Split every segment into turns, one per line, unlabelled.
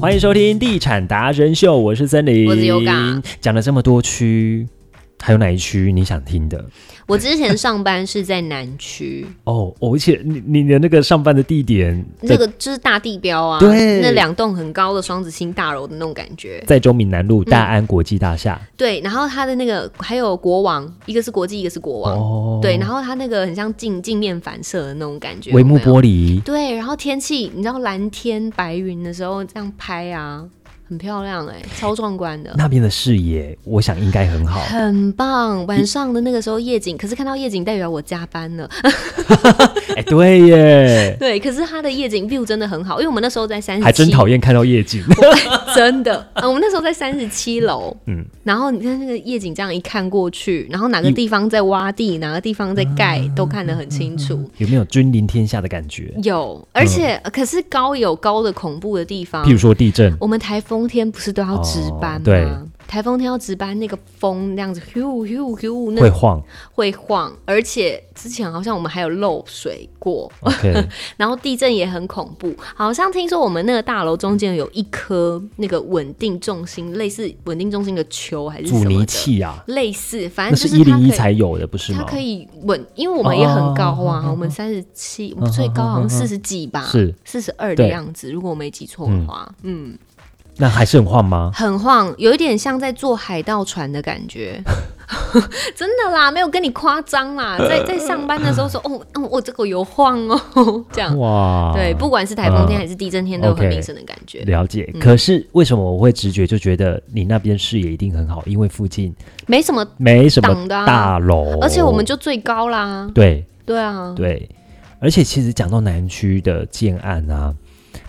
欢迎收听《地产达人秀》，我是森林，
我是 Yoga
讲了这么多区，还有哪一区你想听的？
我之前上班是在南 区，
哦，哦而且你你的那个上班的地点在
那个就是大地标啊，
对
那两栋很高的双子星大楼的那种感觉。
在中闽南
嗯
路大安国际大厦。
对，然后它的那个还有国王，一个是国际，一个是国王。
哦，
对，然后它那个很像镜镜面反射的那种感觉，
帷幕
有没有
玻璃，
对，然后天气，你知道蓝天白云的时候这样拍啊，很漂亮哎、超壮观 的，
那边的视野，我想应该很 好。
很棒。晚上的那个时候夜景，可是看到夜景代表我加班了。
哎，对耶，
对，可是它的夜景 view 真的很好，因为我们那时候在三十，
还真讨厌看到夜景。
真的，啊，我们那时候在三十七楼，
嗯嗯
嗯，然后你看那个夜景这样一看过去，然后哪个地方在挖地，哪个地方在盖，
啊
都看得很清楚。
有没有君临天下的感觉？
有，而且、呃可是高有高的恐怖的地方
嗯譬，如说地震，
我们台风天不是都要值班吗？
哦对
台风天要值班，那个风那样子咻咻咻，
会
那
晃。
会晃，而且之前好像我们还有漏水过，
OK，
然后地震也很恐怖，好像听说我们那个大楼中间有一颗那个稳定重心，类似稳定重心的球还是
阻
什么
尼
的，
器啊，
类似，反
那
正就是是
一
它
零
可以
一才有的，不是
它
吗？哦
可以稳，因为我们也很高啊，我们三十七，我们最高好像四十几吧，
是
四十二的
对
样子，如果我没记错的话，嗯，
那还是很晃吗？
很晃，有一点像在坐海盗船的感觉。 真的啦，没有跟你夸张啦，在在上班的时候说，哦，嗯我、这个有晃哦， 这样。
哇，
对，不管是台风天
啊嗯
还是地震天，都有很
OK
明显的感觉。
了解。
嗯
可是为什么我会直觉就觉得你那边视野一定很好？因为附近
没什么，
没什么
挡的啊
大楼，
而且我们就最高啦。
对
对啊，
对，而且其实讲到南区的建案啊，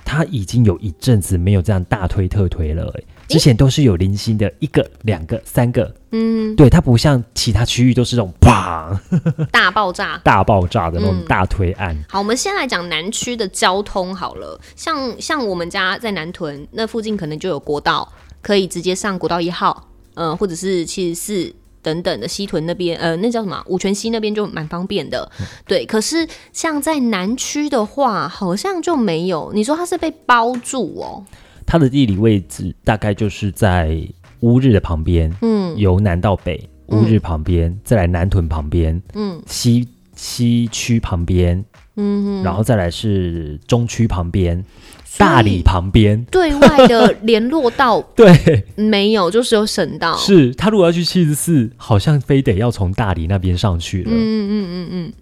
它已经有一阵子没有这样大推特推了、欸，之前都是有零星的一个、两个、三个，
嗯，
对，它不像其他区域都是这种砰
大爆炸。
大爆炸的那种
嗯
大推案。
好，我们先来讲南区的交通好了。像像我们家在南屯那附近，可能就有国道，可以直接上国道一号，嗯、或者是七十四等等的西屯那边，呃，那叫什么啊五泉西那边就蛮方便的。
嗯
对，可是像在南区的话，好像就没有。你说它是被包住哦？
它的地理位置大概就是在乌日的旁边，
嗯
由南到北，乌日旁边，再来南屯旁边，
嗯
西西区旁边，
嗯，
然后再来是中区旁边，
所以哦
大理旁边。
对外的联络道
对，
没有，就是有省道。
是他如果要去七十四，好像非得要从大理那边上去了，
嗯嗯嗯嗯嗯，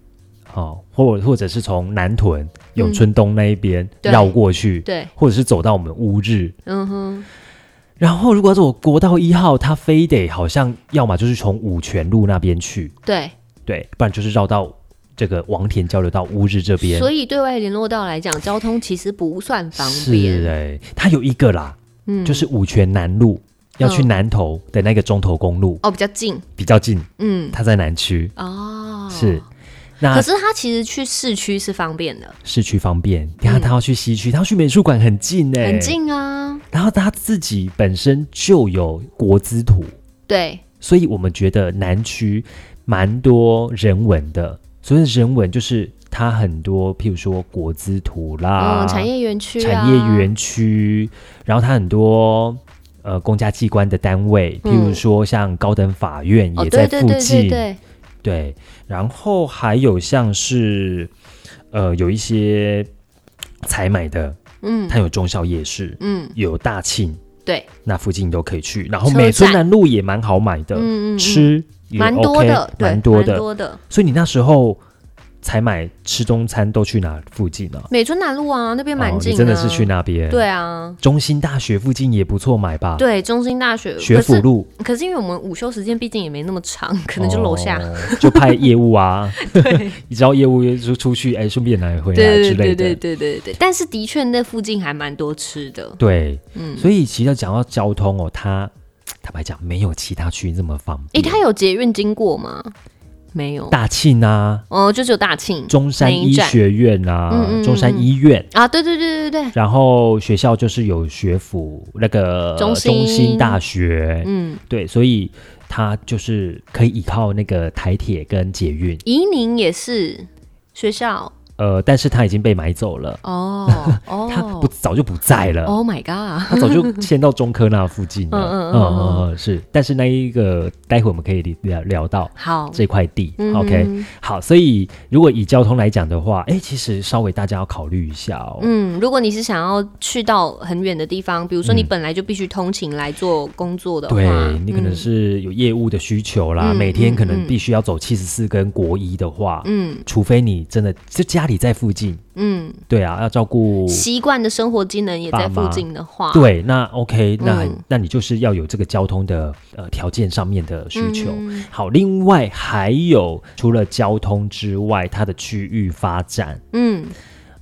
哦，或或者是从南屯永春东那一边
嗯对
绕过去，
对，
或者是走到我们乌日，
嗯哼，
然后如果要走国道一号，他非得好像要么就是从五泉路那边去，
对。
对，不然就是绕到这个王田交流道乌日这边。
所以对外联络道来讲，交通其实不算方
是
便。
哎、它有一个啦，
嗯，
就是五泉南路、要去
嗯
南投的那个中投公路
哦，比较近。
比较近，
嗯，
它在南区、
哦，
是。
可
那
是它其实去市区是方便的，
市区方便，你看他要去西区，他要去美术馆很近哎、
嗯很。近啊。
然后他自己本身就有国资土，
对，
所以我们觉得南区蛮多人文的。所谓的人文，就是它很多，譬如说国资土啦，
嗯，产业园区啊，
产业园区，然后它很多呃公家机关的单位，譬如
嗯
说像高等法院
哦，
也在
对对
附
对
近，
对对，
对然后还有像是呃有一些采买的，
嗯
它有中校夜市，
嗯，
有大庆
对，
那附近都可以去，然后
车
美村
站
南路也蛮好买的，
嗯嗯嗯
吃也 OK,
蛮多的，对，
蛮多
蛮
的，
多的。
所以你那时候采买吃中餐都去哪附近呢、啊？
美村南路啊，那边蛮
哦，
近
你
啊。
真的是去那边？
对啊，
中兴大学附近也不错买吧？，
对，中心大学
学府。路
可是可是因为我们午休时间毕竟也没那么长，可能就楼下。
哦就派业务 啊，你知道业务就出去，哎，顺便拿回来之
对
类
对
的
对对。对对对，但是的确那附近还蛮多吃的，
对，
嗯，
所以其实要讲到交通哦，它坦白讲没有其他区这么方
诶，
便。
它有捷运经过吗？没有，
大庆啊，
哦，就只有大庆
中山
哪一
医
站
学院啊，
嗯嗯嗯
中山医院，
啊，对对对对对，
然后学校就是有学府那个
中心
心大学，
嗯，
对，所以它就是可以依靠那个台铁跟捷运。
宜宁也是学校，
呃，但是他已经被买走了，
哦哦，
他不早就不在了。
Oh my god！
他早就迁到中科那附近了，
嗯嗯
嗯
嗯
嗯嗯，是。但是那一个，待会我们可以聊聊到
好，
这块地、
嗯
o k 好。所以如果以交通来讲的话，哎、其实稍微大家要考虑一下哦。
嗯，如果你是想要去到很远的地方，比如说你
嗯
本来就必须通勤来做工作的话，
对你可能
嗯
是有业务的需求啦，
嗯
每天可
嗯嗯
能必须要走七十四跟国一的话，
嗯
除非你真的就家里在附近，
嗯，
对啊，要照顾。
习惯的生活机能也
爸
在附
妈
近的话，
对，那 OK，那、
啊嗯
那你就是要有这个交通的呃条件上面的需求。
嗯
好，另外还有除了交通之外，它的区域发展，
嗯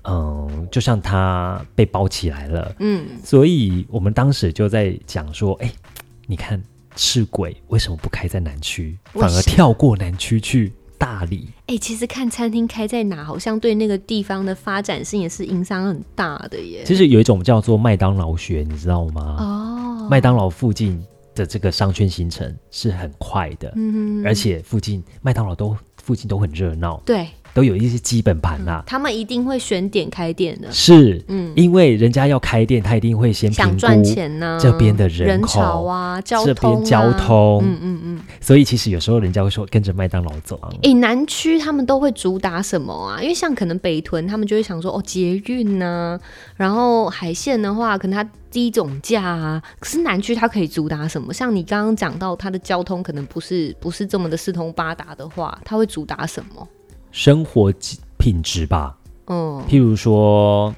嗯，就像它被包起来了，
嗯
所以我们当时就在讲说，哎、你看赤鬼为什么不开在南区，
为
反而
什么
跳过南区去大理？
哎、其实看餐厅开在哪，好像对那个地方的发展性也是影响很大的耶。
其实有一种叫做麦当劳学，你知道吗？
哦，
麦当劳附近的这个商圈行程是很快的，
嗯
而且附近麦当劳都附近都很热闹，
对
都有一些基本盘啦、
他们一定会选点开店的，
是，
嗯
因为人家要开店，他一定会先评
想
估
赚钱呢、
这边的
人
人口
潮啊，交
这
通、啊、
边交通，
嗯嗯嗯。
所以其实有时候人家会说跟着麦当劳走啊。
诶，南区他们都会主打什么啊？因为像可能北屯，他们就会想说哦，捷运呐、然后海线的话，可能它低总价啊。可是南区它可以主打什么？像你刚刚讲到它的交通可能不是不是这么的四通八达的话，它会主打什么？
生活基品质吧，
嗯，
譬如说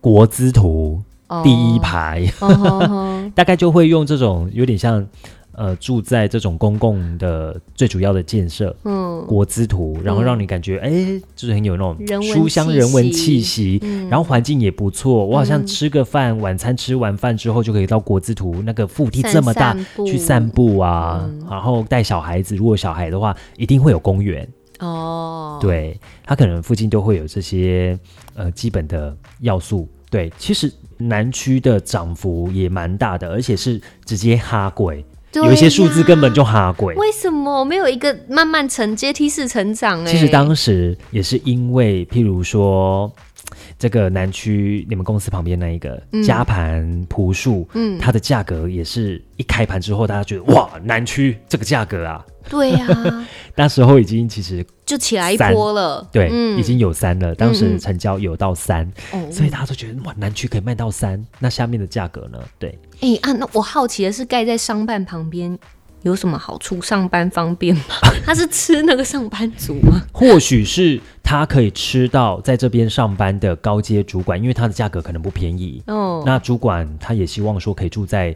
国资图
哦
第一，排，
哦吼吼
大概就会用这种有点像呃住在这种公共的最主要的建设。
嗯
国资图，然后让你感觉哎、就是很有那
人
种
文
书香
气
人文
息
气息，
嗯
然后环境也不错。我好像
嗯
吃个饭，晚餐吃完饭之后就可以到国资图那个腹地
散
这么大
散步嗯
去散步啊，然后带小孩子，如果小孩的话，一定会有公园。
哦，，
对，它可能附近都会有这些呃基本的要素。对，其实南区的涨幅也蛮大的，而且是直接哈鬼，有一些数字根本。就哈鬼。
为什么没有一个慢慢成阶梯式成长、欸？
其实当时也是因为，譬如说这个南区你们公司旁边那一个
嗯
加盘朴树，
嗯
它的价格也是一开盘之后，大家觉得哇，南区这个价格啊，
对呀、
那时候已经其实
就起来一
散
波了。
对、
嗯
已经有三了，当时成交有到三、
哦
所以大家都觉得哇，南区可以卖到三，那下面的价格呢？对，
哎、啊，那我好奇的是，盖在商办旁边有什么好处？上班方便吗？ 他是吃那个上班族吗？
或许是他可以吃到在这边上班的高阶主管，因为它的价格可能不便宜。
哦，
那主管他也希望说可以住在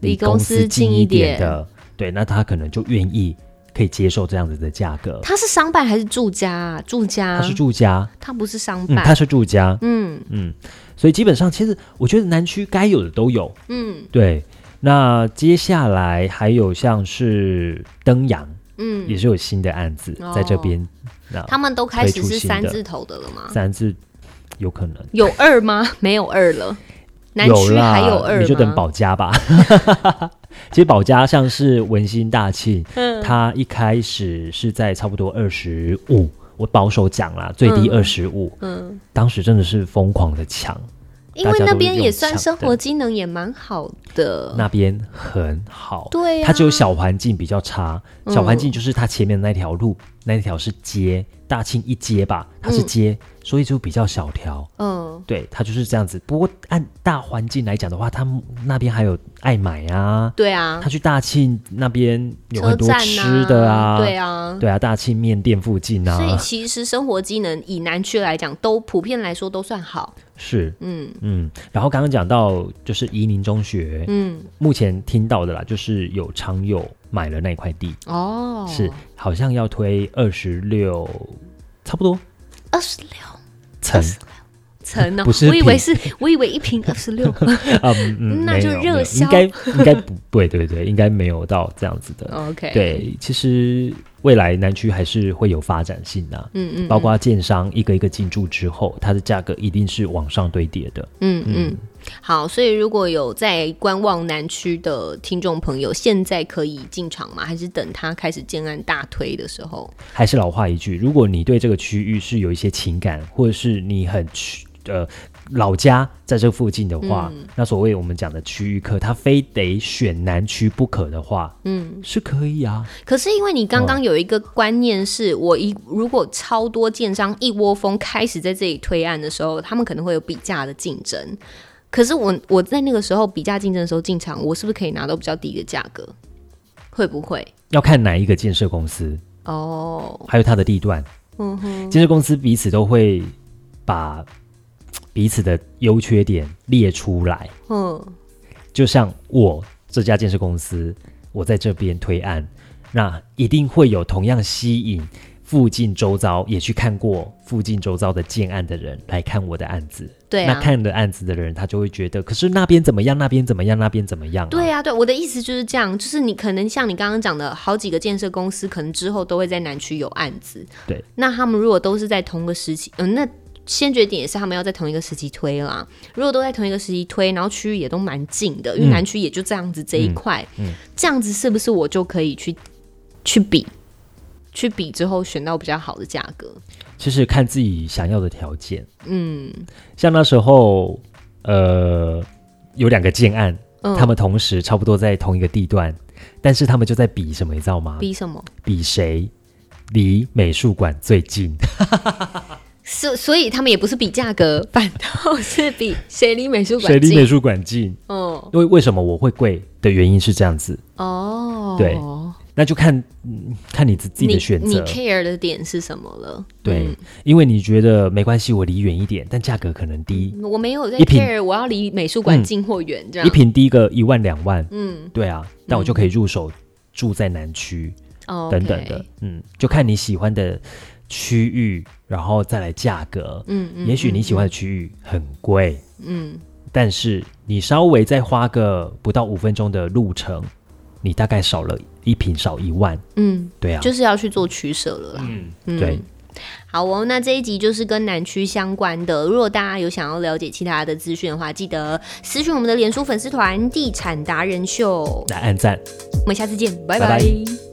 离
离
公
公
司
司
近
近
一
一
点
点的，对，那他可能就愿意可以接受这样子的价格。
他是商办还是住家、啊？住家，
他是住家，
他不是商
嗯，
办。
他是住家，
嗯
嗯，所以基本上其实我觉得南区该有的都有。
嗯
对，那接下来还有像是登阳，
嗯，哦
也是有新的案子在这边，那
他们都开始
推出
是
新的
三字头的了吗？
三字有可能。
有二吗？没有二了。南
有
区
啦，
还有二吗？
你就等保家吧。 其实保家像是文心大庆，
嗯
它一开始是在差不多二十五，我保守讲啦，最低
嗯
二十五，
嗯，
当时真的是疯狂的抢，
因为
大家都
那边
用
也算
抢
生活
的
机能也蛮好的。
那边很好。
对呀、啊
它只有小环境比较差，
嗯
小环境就是它前面那条路，那条是街，大庆一街吧，它是街，所以就比较小条。
嗯
对，它就是这样子。不过按大环境来讲的话，它那边还有爱买啊，
对啊
他，去大庆那边有
车
很多
站
吃的啊，
对啊，
对啊，大庆面店附近
所以
啊，
其实生活机能以南区来讲，都普遍来说都算好。
是，
嗯
嗯，然后刚刚讲到就是宜宁中学，
嗯，
目前听到的啦，就是有常友买了那块地，
哦，
是好像要推二十六，差不多
二十六
层，
层呢、
不是
我以为
平
是，我以为一瓶二十 六。
嗯嗯，
那
没
就
有
热
没有
销
应该应该不对，对对，应该没有到这样子的，
哦 OK，，
对，其实未来南区还是会有发展性啊。嗯嗯，包括建商一个一个进驻之后，它的价格一定是往上堆叠的。
嗯嗯，好，所以如果有在观望南区的听众朋友，现在可以进场吗？还是等它开始建案大推的时候？
还是老话一句，如果你对这个区域是有一些情感，或者是你很去呃老家在这附近的话，那所谓我们讲的区域客，他非得选南区不可的话，嗯，是可以啊。
可是因为你刚刚有一个观念是，我一如果超多建商一窝蜂开始在这里推案的时候，他们可能会有比价的竞争。可是我我在那个时候比价竞争的时候进场，我是不是可以拿到比较低的价格？会不会？
要看哪一个建设公司，
哦，
还有它的地段。
嗯哼，
建设公司彼此都会把彼此的优缺点列出来。
嗯，
就像我这家建设公司，我在这边推案，那一定会有同样吸引附近周遭也去看过附近周遭的建案的人来看我的案子。
对
那
啊。
看了案子的人，他就会觉得，可是那边怎么样，那边怎么样，那边怎么样、啊？
对啊，对，我的意思就是这样，就是你可能像你刚刚讲的，好几个建设公司可能之后都会在南区有案子，
对，
那他们如果都是在同个时期，嗯、那先决点也是他们要在同一个时期推啦。如果都在同一个时期推，然后区域也都蛮近的，
嗯
因为南区也就这样子这一块，这样子是不是我就可以去去比，去比之后选到比较好的价格？
就是看自己想要的条件。嗯，像那时候，呃，有两个建案，
嗯
他们同时差不多在同一个地段，但是他们就在比什么，你知道吗？
比什么？
比谁离美术馆最近。
所所以他们也不是比价格，反倒是比谁离美术
谁
馆
离美
近。
术馆近？
哦
因为为什么我会贵的原因是这样子，
哦，
对那就看、嗯看你自自己的选
你。你嗯
择。
care 的点是什么了？
对，因为你觉得没关系，我离远一点，但价格可能低，
嗯，我没有在
一瓶嗯
care，我要离美术馆近或远这样。
一平低个一万两万，
啊嗯，
对啊，但我就可以入手住在南区
哦，
等等的，嗯，就看你喜欢的区域，然后再来价格。
嗯嗯，
也许你喜欢的区域很贵，
嗯，
但是你稍微再花个不到五分钟的路程，你大概少了一瓶少一万，
嗯，
对啊，
就是要去做取舍了啦。
嗯，对，
好哦，那这一集就是跟南区相关的。如果大家有想要了解其他的资讯的话，记得私讯我们的脸书粉丝团“地产达人秀
来按赞。”。
我们下次见，
拜拜
拜拜